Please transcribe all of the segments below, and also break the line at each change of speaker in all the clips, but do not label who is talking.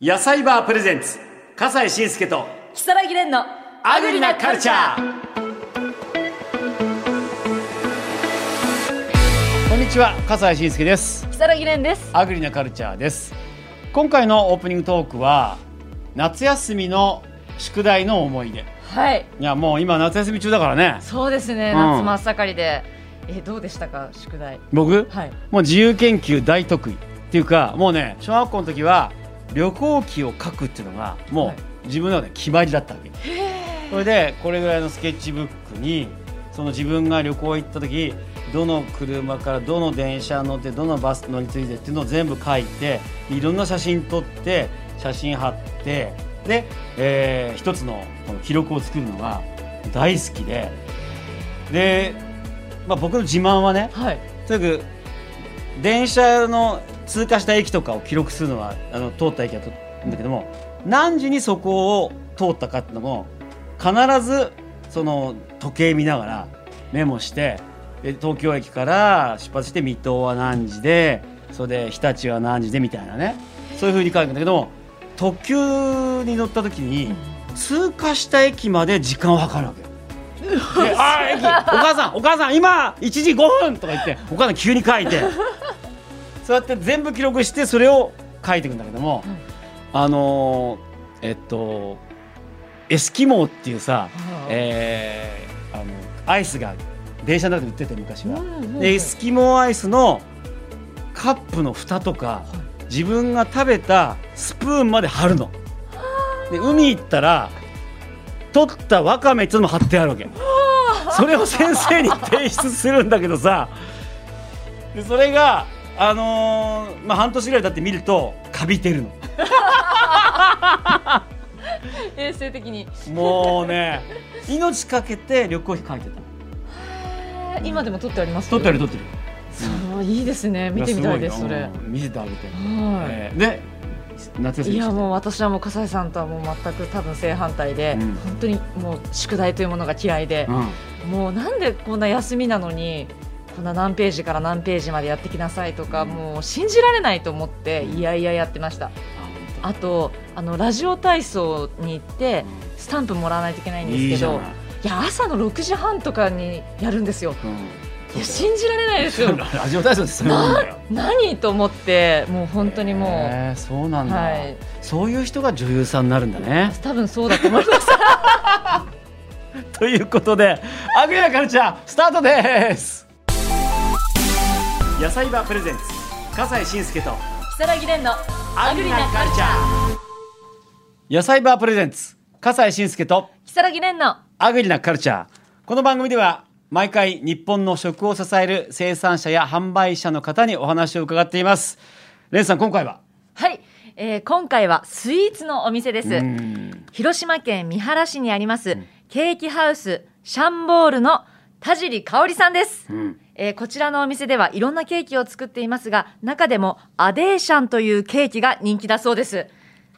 野菜バープレゼンツ笠西慎介と
木更木蓮の
アグリなカルチャーこんにちは笠西慎介です
木更木蓮です
アグリなカルチャーです今回のオープニングトークは夏休みの宿題の思い出
はい
いやもう今夏休み中だからね
そうですね、
うん
夏真っ盛りでえどうでしたか宿題
僕、
はい
もう自由研究大得意っていうかもうね小学校の時は旅行記を書くっていうのがも
はいう
自分の中で決まりだったわけ、それでこれぐらいのスケッチブックにその自分が旅行行った時どの車からどの電車乗ってどのバス乗り継いでっていうのを全部書いていろんな写真撮って写真貼ってで、えー一つのこの記録を作るのが大好きでで、まあ、僕の自慢はね
はい
とにかく電車の通過した駅とかを記録するのはあの通った駅はとんだけども何時にそこを通ったかってのも必ずその時計見ながらメモしてで東京駅から出発して水戸は何時でそれで日立は何時でみたいなねそういうふうに書くんだけども特急に乗った時に通過した駅まで時間を計るわけよ。であー駅お母さんお母さん今1時5分とか言ってお母さん急に書いてそうやって全部記録してそれを書いていくんだけども、
うん
あのーえっとエスキモーっていうさ、
あー
えーあのアイスが電車の中で売ってて昔は、
うんうんうん
でエスキモーアイスのカップの蓋とか自分が食べたスプーンまで貼るので海行ったら取ったわかめっつうのも貼ってあるわけそれを先生に提出するんだけどさでそれがあのーまあ半年ぐらい経って見るとカビてるの
衛生的に
もう ね命かけて旅行費書いてた
えー今でも撮ってあります
取ってる取ってる
そういいですね見てみたいですそれ
やごようん見せてあげて、
は
えーで夏
い
休み
いやもう私はもう笠井さんとはもう全く多分正反対で、
うん
本当にもう宿題というものが嫌いで
う、ん
もうなんでこんな休みなのにこんな何ページから何ページまでやってきなさいとか、
うん
もう信じられないと思っていやいややってましたあとあのラジオ体操に行ってスタンプもらわないといけないんです
いい
け
じゃ
ど
ない
い、や朝の6時半とかにやるんですよいや信じられないです
うん、
よ
ラジオ体操ってそういうもんだよ
何と思ってもう 本当にも
へーそうな
う、
んだ、
はい
そういう人が女優さんになるんだね
多分そうだと思います
ということでアグリラカルチャースタートです野菜バープレゼンツ笠西慎介と
如月蓮のアグリなカルチャ
ー野菜バープレゼンツ笠西慎介と
如月蓮の
アグリなカルチャーこの番組では毎回日本の食を支える生産者や販売者の方にお話を伺っていますレンさん今回は
はい、えー今回はスイーツのお店です
うん
広島県三原市にありますケーキハウスシャンボールの田尻香織さんです、
ん
えーこちらのお店ではいろんなケーキを作っていますが中でもアデーシャンというケーキが人気だそうです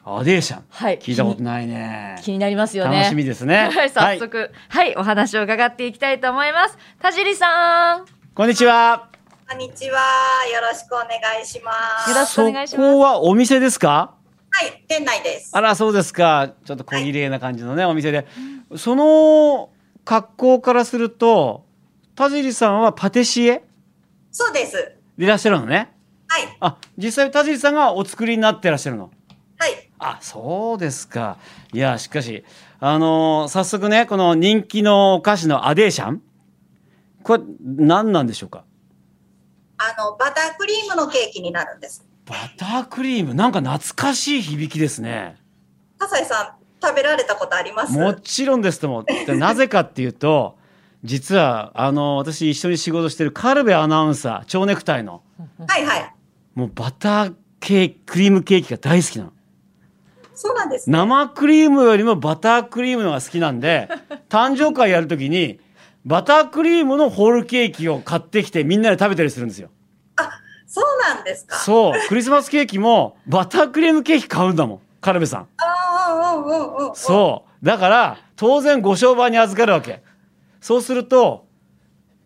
アデーシャン、
はい
聞いたことないね
気になりますよね
楽しみですね
はい早速はい、お話を伺っていきたいと思います田尻さん
こんにちは
こんにちは。よろしくお願いします。
よろしくお願いします
そこはお店ですか
はい、店内です。
あらそうですかちょっと小綺麗な感じのね、お店でその格好からすると田尻さんはパティシエ
そうです。
でいらっしゃるのね
はい、
あ実際田尻さんがお作りになってらっしゃるの
はい、
あそうですかいやしかしあのー早速ねこの人気のお菓子のアデーシャンこれ何なんでしょうか
あのバタークリームのケーキになるんです。
バタークリームなんか懐かしい響きですね
笠井さん、食べられたことあります？
もちろんですとも。でなぜかっていうと、実は、あの、私一緒に仕事してるカルベアナウンサー、蝶ネクタイの、
はい、はい。
もうバターケーキ、クリームケーキが大好きなの。
そうなんです。
生クリームよりもバタークリームのが好きなん で、誕生会やるときに、バタークリームのホールケーキを買ってきてみんなで食べたりするんですよ。
あ、そうなんですか。
そう、クリスマスケーキもバタークリームケーキ買うんだもん、カルベさん。
あー、うんうんうんうん。
そう。だから、当然ご商売に預かるわけ。そうすると、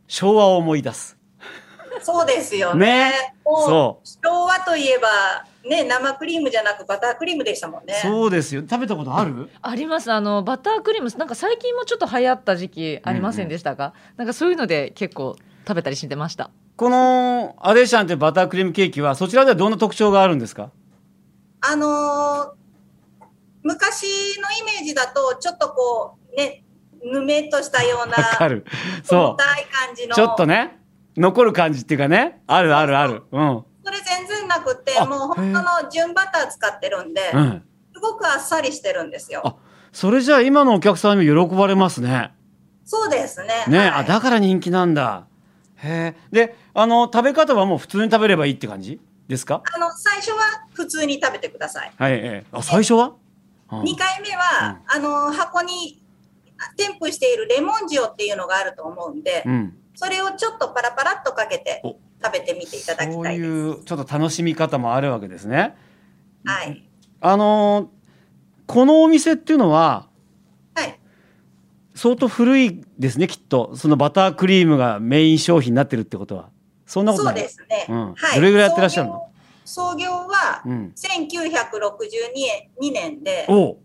昭和を思い出す。
そうですよね。
ね
もう
そ
昭和といえばね、生クリームじゃなくバタークリームでしたもんね。
そうですよ。食べたことある？
あります。あの、バタークリーム、なんか最近もちょっと流行った時期ありませんでしたか、なんかそういうので結構食べたりしてま した。
このアデシャンというバタークリームケーキはそちらではどんな特徴があるんですか？
あのー昔のイメージだと、ちょっとこう、ね、ぬめっとしたような
わ、かる。そ
重たい感じ
う。
の。
ちょっとね、残る感じっていうかね、あるあるある。うん。
それ全然なくて
あ、
もう本当の純バター使ってるんで、
うん。
すごくあっさりしてるんです
あ
よ。
それじゃあ今のお客さんにも喜ばれますね。
そうですね。
ね、
はい
あだから人気なんだ。へえ。で、あの食べ方はもう普通に食べればいいって感じですか？
あの、最初は普通に食べてください。
はい。ええあ最初は？うん
2回目は、あの、箱にあ添付しているレモン塩っていうのがあると思うんで、
うん。
それをちょっとパラパラっとかけて
お
食べてみていただき
そ
た
う
いです。
いうちょっと楽しみ方もあるわけですね。
はい。
あのーこのお店っていうのは
はい。
相当古いですねきっとそのバタークリームがメイン商品になってるってことはそんなこと
そ
な
う
い
ですね。
うん
はい。
どれぐらいやってらっしゃるの
創業創業は
うん、
1962年2年で、
おう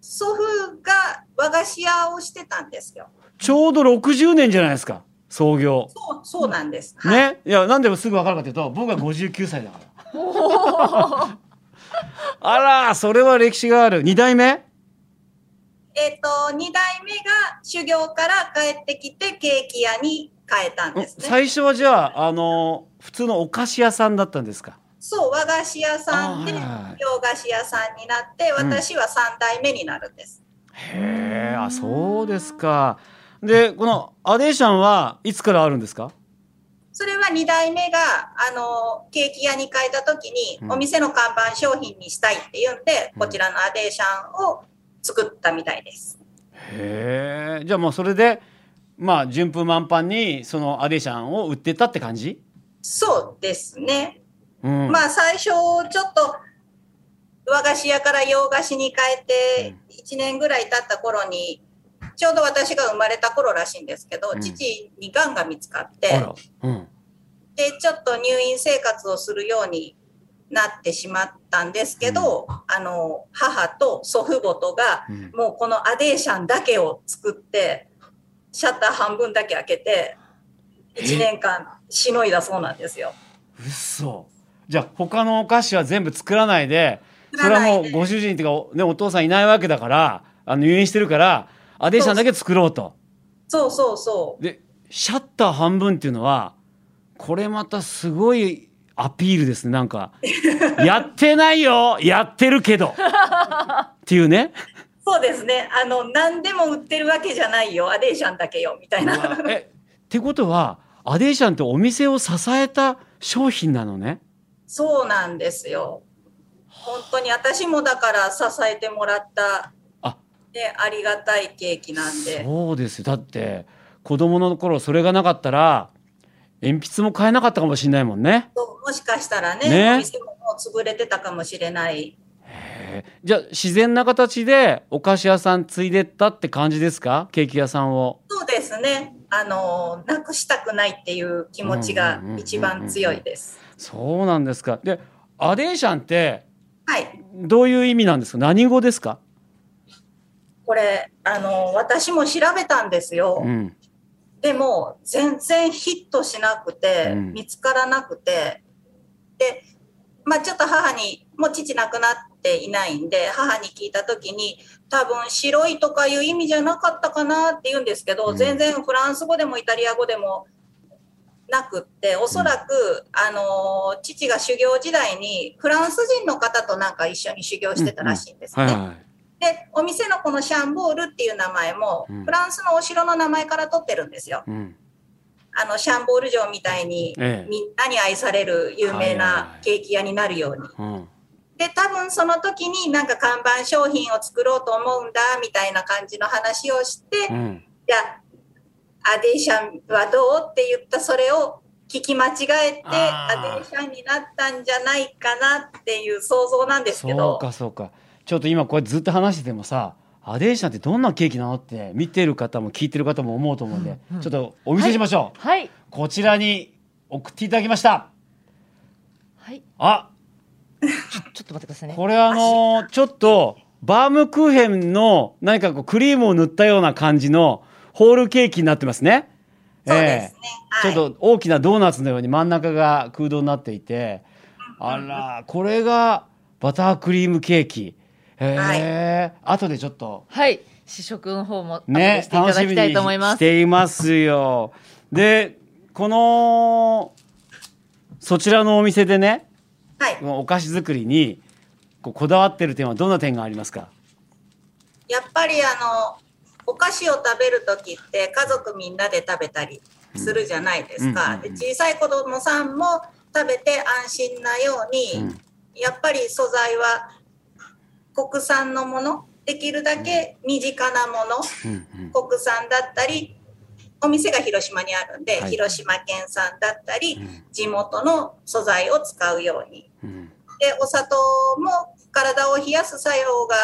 祖父が和菓子屋をしてたんですよ。
ちょうど60年じゃないですか創業
そう、そうなんです。はい。
ねいやなんでもすぐ分かるかというと僕が59歳だからあらそれは歴史がある2代目
えっ、と、二代目が修行から帰ってきて、ケーキ屋に変えたんですね。
最初はじゃあ、あのー普通のお菓子屋さんだったんですか
そう、和菓子屋さんで
あーはいはい、
洋菓子屋さんになって、
うん
私は三代目になるんです。
へえあそうですかでこのアデーシャンはいつからあるんですか
それは2代目が、あの、ケーキ屋に変えた時に、
うん
お店の看板商品にしたいって言うんで、
うん
こちらのアデーシャンを作ったみたいです。
へえじゃあもうそれでまあ順風満帆にそのアデーシャンを売ってたって感じ、
そうですね。
うん
まあ、最初、ちょっと、和菓子屋から洋菓子に変えて、1年ぐらい経った頃に、ちょうど私が生まれた頃らしいんですけど、
うん
父に癌が見つかっ
あ
て、
ら、うん、
でちょっと入院生活をするようになってしまったんですけど、あの母と祖父母とが
うん
もうこのアデーシャンだけを作ってシャッター半分だけ開けて1年間しのいだそうなんですよ。
うっそじゃあ他のお菓子は全部作らないでそれはもうご主人っていうかお,、ね、お父さんいないわけだからあの入院してるからアデーシャンだけ作ろうと
そうそうそう
でシャッター半分っていうのはこれまたすごいアピールですねなん かやってないよやってるけどっていうね
そうですねあの何でも売ってるわけじゃないよアデーシャンだけよみたいうな。
わえってことはアデーシャンってお店を支えた商品なのね
そうなんですよ。本当に私もだから支えてもらった
あ
でありがたいケーキなんで。
そうですよだって子供の頃それがなかったら鉛筆も買えなかったかもしれないもんね
そうもしかしたらね
ね
お店ももう潰れてたかもしれない
へえじゃあ自然な形でお菓子屋さん継いでったって感じですかケーキ屋さんを
そうですねあのなくしたくないっていう気持ち
う
が
んうんうんうんうん
一番強いです
そうなんですかでアデーシャンって
はい
どういう意味なんですか何語ですか、
これあの私も調べたんですよ、
うん、
でも全然ヒットしなくて、
うん
見つからなくてでまあちょっと母にもう父亡くなっていないんで母に聞いた時に多分白いとかいう意味じゃなかったかなって言うんですけど、
うん
全然フランス語でもイタリア語でもなくっておそらく、あのー父が修行時代にフランス人の方となんか一緒に修行してたらしいんですね。
はいはい
でお店のこのシャンボールっていう名前も、
うん
フランスのお城の名前から取ってるんですよ。
うん
あのシャンボール城みたいに
ええ
みんなに愛される有名なケーキ屋になるように。
うん
で多分その時になんか看板商品を作ろうと思うんだみたいな感じの話をして、
うん
じゃあアデーシャンはどうって言ったそれを聞き間違えて
あー
アデーシャンになったんじゃないかなっていう想像なんですけ
そう
ど
かそうかちょっと今これずっと話しててもさアデーシャンってどんなケーキなのって見てる方も聞いてる方も思うと思うんで、
うんうん
ちょっとお見せしましょう、
はい。
こちらに送っていただきました
はい。
あ
ちょっと待ってくださいね。
これはあのーちょっとバームクーヘンの何かこうクリームを塗ったような感じのホールケーキになってますね。
そうですね。
ち
はい。
ょっと大きなドーナツのように真ん中が空洞になっていて、あら、これがバタークリームケーキ。へえ、後でちょっと
はい、試食の方も後で
ね
し、てい
楽
た
し
だ
み
き
に
たいと思いま
し
す。
ていますよ。で、この、そちらのお店でね、
はい
こ。のお菓子作りにこうこだわってる点はどんな点がありますか
やっぱりあのお菓子を食べる時って家族みんなで食べたりするじゃないです
う
か、
んうんうんうん
で小さい子供さんも食べて安心なように、
うん
やっぱり素材は国産のものできるだけ身近なもの、国産だったりお店が広島にあるんで、
はい
広島県産だったり、
ん
地元の素材を使うように
うん
でお砂糖も体を冷やす作用が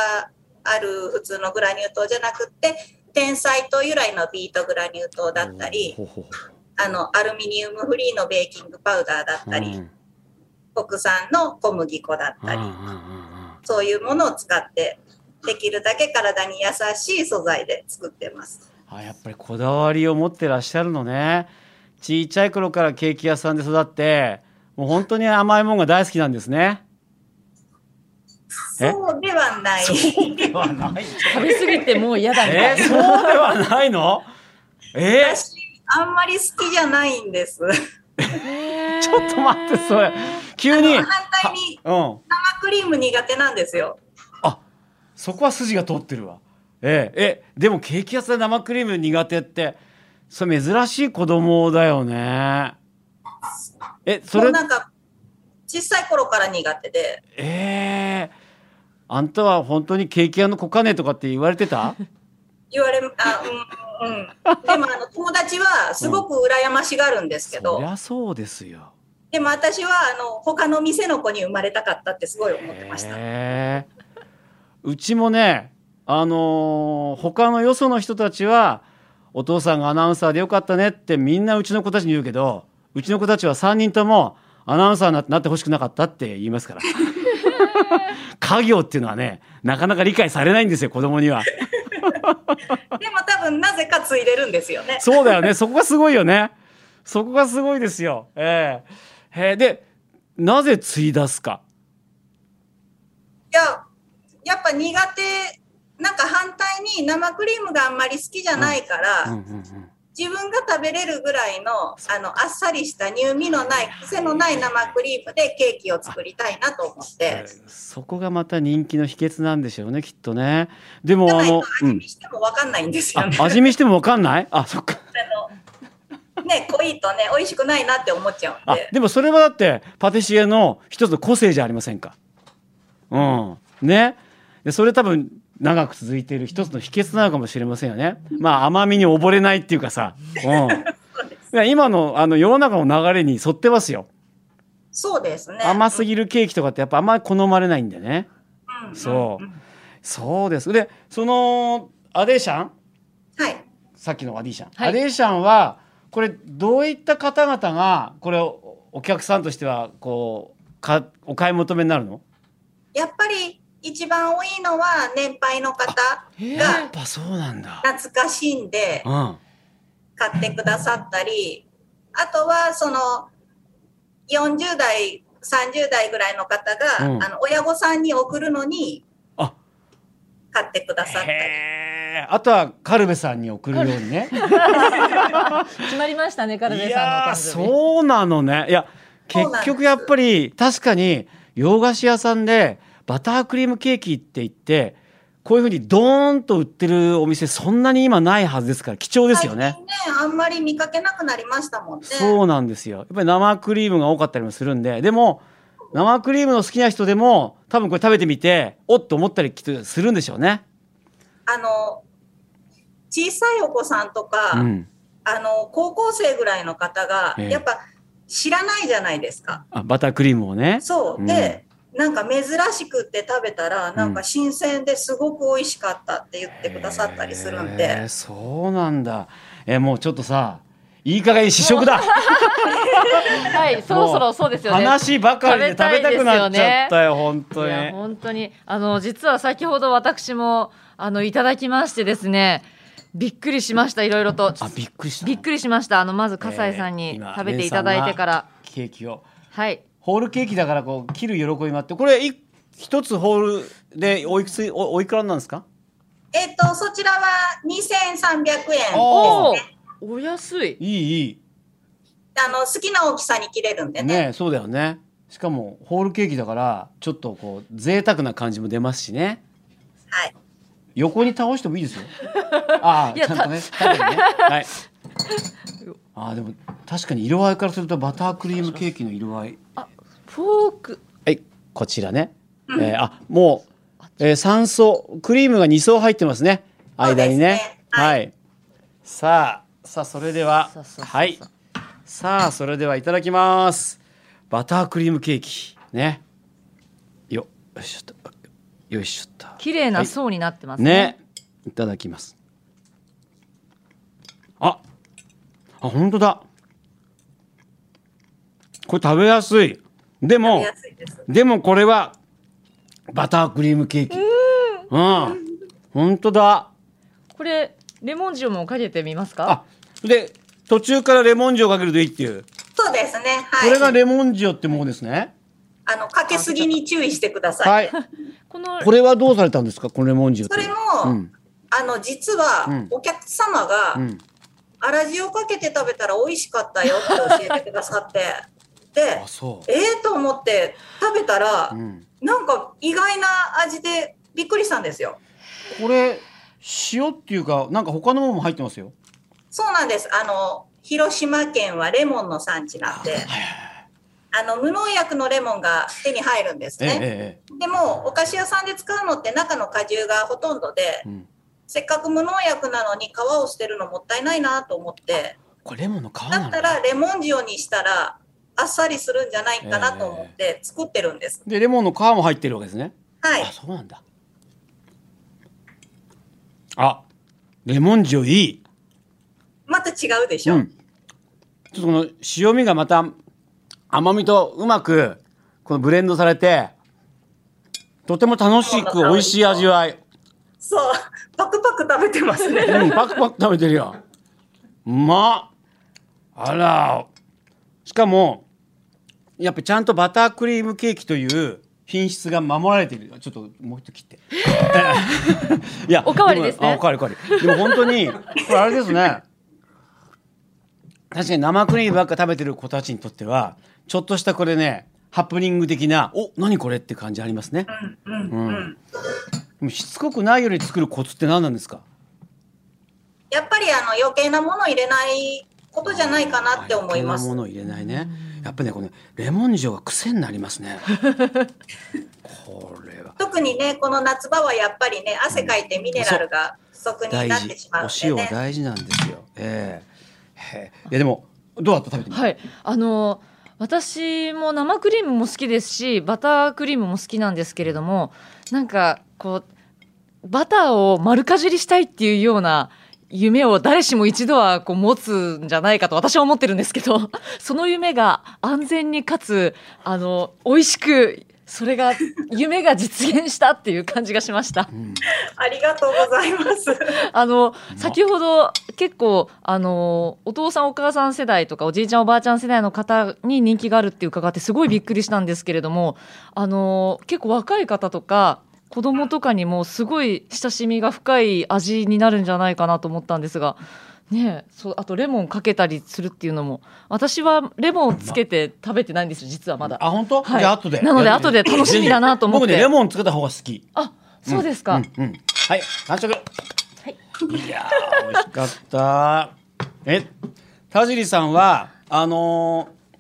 ある普通のグラニュー糖じゃなくって天才糖由来のビートグラニュー糖だったり
ほうほうほ
あのアルミニウムフリーのベーキングパウダーだっ
う
た
う
り
ん
国産の小麦粉だった
うんう
り
んうんうん
そういうものを使ってできるだけ体に優しい素材で作ってます。
あやっぱりこだわりを持ってらっしゃるのねちっちゃい頃からケーキ屋さんで育ってもう本当に甘いもんが大好きなんですねえ
そうではない。
ではない
食べ過ぎてもう嫌だみた
え
い
そう
な。
ではないのえ
私あんまり好きじゃないんで す。
ちょっと待ってそれ急に
あの反対に
うん
生クリーム苦手なんですよ。
あそこは筋が通ってるわえええでもケーキ屋さんで生クリーム苦手ってそれ珍しい子供だよねえそ
もう
れ
なんか小さい頃から苦手で
ええあんたは本当にケーキ屋のコカネとかって言われてた
言われあうんうんでもあの友達はすごく羨ましがるんですけど、
そりゃそうですよ
でも私はあの他の店の子に生まれたかったってすごい思ってました、
ええうちもねあのー他のよその人たちはお父さんがアナウンサーでよかったねってみんなうちの子たちに言うけどうちの子たちは3人ともアナウンサーにななってほしくなかったって言いますから 家業っていうのはねなかなか理解されないんですよ子供には
でも多分なぜかついれるんですよね
そうだよね。そこがすごいよね。そこがすごいですよ。ええへえで、なぜ継いだすか。
いややっぱ苦手なんか反対に生クリームがあんまり好きじゃないから、
うんうんうん
自分が食べれるぐらいのあのあっさりした乳味のない癖のない生クリームでケーキを作りたいなと思って。
そこがまた人気の秘訣なんでしょうね、きっとね。でも、あ
じゃない
の
と、
う
味
ん
見、しても分かんないんですよ
あ
ね。
味見してもわかんない。あ、そっか。
あの ね、濃いとね、美味しくないなって思っちゃうん
あ
で、。
でも、それはだって、パティシエの一つの個性じゃありませんか。うん、ね。でそれ多分長く続いている一つの秘訣なのかもしれませんよね。まあ甘みに溺れないっていうかさ。うん。
そうです
いや今のあの世の中の流れに沿ってますよ。
そうですね。
甘すぎるケーキとかってやっぱあんまり好まれないんでね。
うんうん
そう。そうです。で、そのアデーシャン、
はい。
さっきのアディシャン、
はい
アデーシャンはこれどういった方々がこれをお客さんとしてはこうかお買い求めになるの？
やっぱり一番多いのは年配の方
え
やっ
ー
ぱそうなんだ。
懐かしんで
うん。
買ってくださったり、あとはその40代、30代ぐらいの方が、
うん
あの親御さんに送るのに
あ、
買ってくださったり。
へえ。あとはカルベさんに送るようにね。
決まりましたね、 カルベ
い
さん
やー
のお誕生日。
そうなのねいや
そう
結
なんです
局やっぱり確かに洋菓子屋さんでバタークリームケーキって言ってこういうふうにドーンと売ってるお店そんなに今ないはずですから貴重ですよ
最
ね。
近ね、あんまり見かけなくなりましたもんね。
そうなんですよやっぱり生クリームが多かったりもするんででも生クリームの好きな人でも多分これ食べてみておっと思ったりきっとするんでしょうね。
あの小さいお子さんとか、
うん、
あの高校生ぐらいの方が、
ええ
やっぱ知らないじゃないですか。
あバタークリームをね。
そうで、なんか珍しくって食べたらなんか新鮮ですごく美味しかったって言ってくださったりするん
へ
で
ー、そうなんだえーもうちょっとさいい加減試食だ
はい、そろそろそうですよね。
話ばかりで食べたくなっちゃったよ本当
い
に
や本当にあの実は先ほど私もあのいただきましてですねびっくりしましたいろいろと
あびっくりした
びっくりしましたあのまず笠井さ
え
ん
ー
に
今
食べていただいてから、
レンさんがケーキを
はい
ホールケーキだからこう切る喜びもあってこれい一つホールでおいくつおおいくらなんですか
えっ、と、そちらは2300円。
お
あ
お
お
おお安い
いいい
の、好きな大きさに切れるんで
い
ね。
ねそうだよねしかもホールケーキだからちょっとこう贅沢な感じも出ますしね
はい。
横に倒してもいい ですよああ
いや
ちゃんとね縦にね はいああでも確かに色合いからするとバタークリームケーキの色合い
フォーク
はい、こちらね。えーあ、もう、えー、3層、クリームが2層入ってますね。間にね。
そうですね
は、
はい
さあ、さあ、それでは
そうそうそう、そう
はい。さあ、それでは、いただきます。バタークリームケーキ。ね。よ、よいしょっと。よいしょっと。
綺麗な
はい
層になってますね,、
ね。いただきます。あ、あ、本当だ。これ食べやすい。でも、
安いです。
でもこれはバタークリームケーキ。うん。本当だ。
これレモン塩もかけてみます
あ、
か
で途中からレモン塩かけるといいっていう。
そうですね。
これ
は
が
い。
レモン塩ってもうですね。
あの、かけすぎに注意してください。
はい。
この
これはどうされたんですかこのレモン塩って
それも、
うん
あの、実
う
は
ん、
お客様が、
うん。
あらじをかけて食べたら美味しかったよって教えてくださって。で
あ、、そ
ええと思って食べたら、
う。うん。
なんか意外な味でびっくりしたんですよ。
これ塩っていうかなんか他のものも入ってますよ。
そうなんです。あの、広島県はレモンの産地なんで、あの、無農薬のレモンが手に入るんです
えええ
ね。でも、お菓子屋さんで使うのって中の果汁がほとんどで
えええ。う、ん。
せっかく無農薬なのに皮を捨てるのもったいないなと思って、
これレモンの皮な
だ
の
った。らレモン塩にしたら、あっさりするんじゃないかなと思って作ってるんです。
でレモンの皮も入ってるわけですね。
はい
あ、。そうなんだ。あ、レモン塩いい。
また違うでしょ。
うん、ちょっとこの塩味がまた甘みとうまくこのブレンドされてとても楽しく美味しい味わい、
そう。パクパク食べてますね。
うん、パクパク食べてるようまっあらしかもやっぱちゃんとバタークリームケーキという品質が守られてるちょっともう一度切って いや
おかわりですね
もあおかわりおかわりでも本当にこれあれですね確かに生クリームばっか食べてる子たちにとってはちょっとしたこれねハプニング的なお何これって感じありますね
うんうんうん。
でもしつこくないように作るコツって何なんですか
やっぱりあの余計なもの入れないことじゃないかなって思い
余
ま
計な
す。
ものを入れないね。やっぱね、このレモン塩が癖になります ね。これは。
特にね、この夏場はやっぱりね、汗かいてミネラルが不足に
大
なって
事
しまう。
お塩
んで
は
ね。
大事なんですよ。ええへえいや、でも、どうだった、食べてみて。
はい、あの私も生クリームも好きですしバタークリームも好きなんですけれどもなんかこうバターを丸かじりしたいっていうような夢を誰しも一度はこう持つんじゃないかと私は思ってるんですけど その夢が安全にかつあの美味しくそれが夢が実現したっていう感じがしました。
ありがとうござ います。
あの先ほど結構あのお父さんお母さん世代とかおじいちゃんおばあちゃん世代の方に人気があるって伺ってすごいびっくりしたんですけれどもあの結構若い方とか子供とかにもすごい親しみが深い味になるんじゃないかなと思ったんですが。ねえ、そうあとレモンかけたりするっていうのも私はレモンつけて食べてないんです実はまだ
あ、本当、
はい
じゃあ後で。
なので
やってみ
後で楽しみだなと思って
僕ね、レモンつけた方が好き。
あそうですか、
うん、うん。はい、完食。いやー、美味しかった。え、田尻さんは、あのー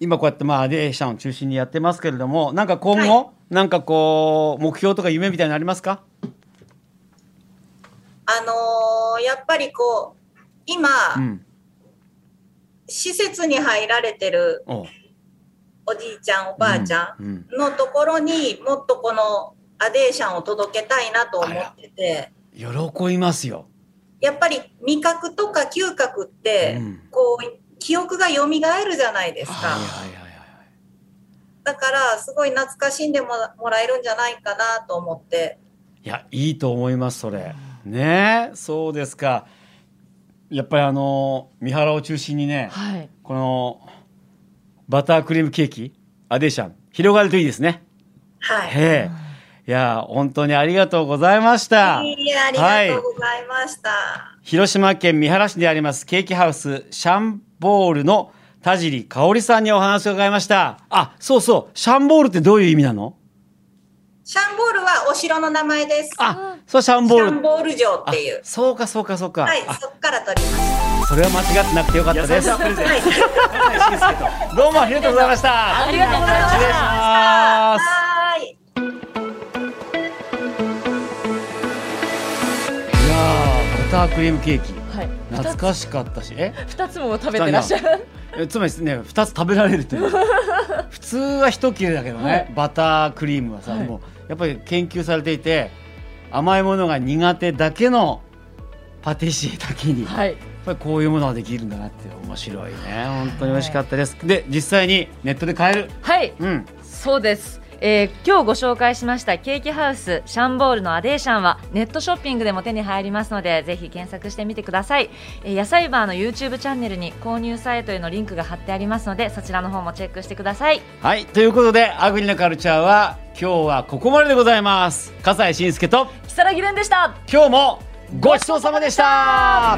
今こうやってまあアデーションを中心にやってますけれども、なんか今後、
は
なんかこう目標とか夢みたいなのありますか？
あのーやっぱりこう、今、
うん。
施設に入られてる
おう
おじいちゃん、おばあちゃ
うんうん
んのところにもっとこのアデーシャンを届けたいなと思ってて、
喜びますよ。
やっぱり味覚とか嗅覚って、
うん
こう記憶が蘇るじゃないです
はい
か
はい。はいはい
だからすごい懐かしんでももらえるんじゃないかなと思って。
いやいいと思いますそれねえそうですかやっぱりあの三原を中心にね
はい。
このバタークリームケーキアデーション広がるといいですね
はい。
へえいや本当にありがとうございました
いやありがとうございました。
広島県三原市でありますケーキハウスシャンボールの田尻香織さんにお話を伺いましたあそうそうシャンボールってどういう意味なの
シャンボールはお城の名前です。
あそうシャン
シ
ボ
ャ
ー
ン
ル
ボール城っ
あ
ていう。
そうかそうかそうか、
はい、
あ
そっから取りました。
それは間違ってなくてよかったです
優しさプレゼント
どうもありがとうございました。
ありがとうございました
失礼します。
はーい。
いやーバタークリームケーキ
はい。
懐かしかったし、え、
二つも食べてらっしゃる。
えつまりですね、二つ食べられる という。普通は一切れだけどね、
はい
バタークリームはさ、
はい
もうやっぱり研究されていて甘いものが苦手だけのパティシエだけに、やっ
はい。
ぱりこういうものができるんだなって面白いね。本当に美味しかったです。で実際にネットで買える。
はい。
うん。
そうです。えー今日ご紹介しましたケーキハウスシャンボールのアデーシャンはネットショッピングでも手に入りますのでぜひ検索してみてください、えー野菜バーの YouTube チャンネルに購入サイトへのリンクが貼ってありますのでそちらの方もチェックしてください
はい、ということで、アグリなカルチャーは、今日はここまででございます。笠西慎介と、
木更木蓮でした
今日もごちそうさまでした。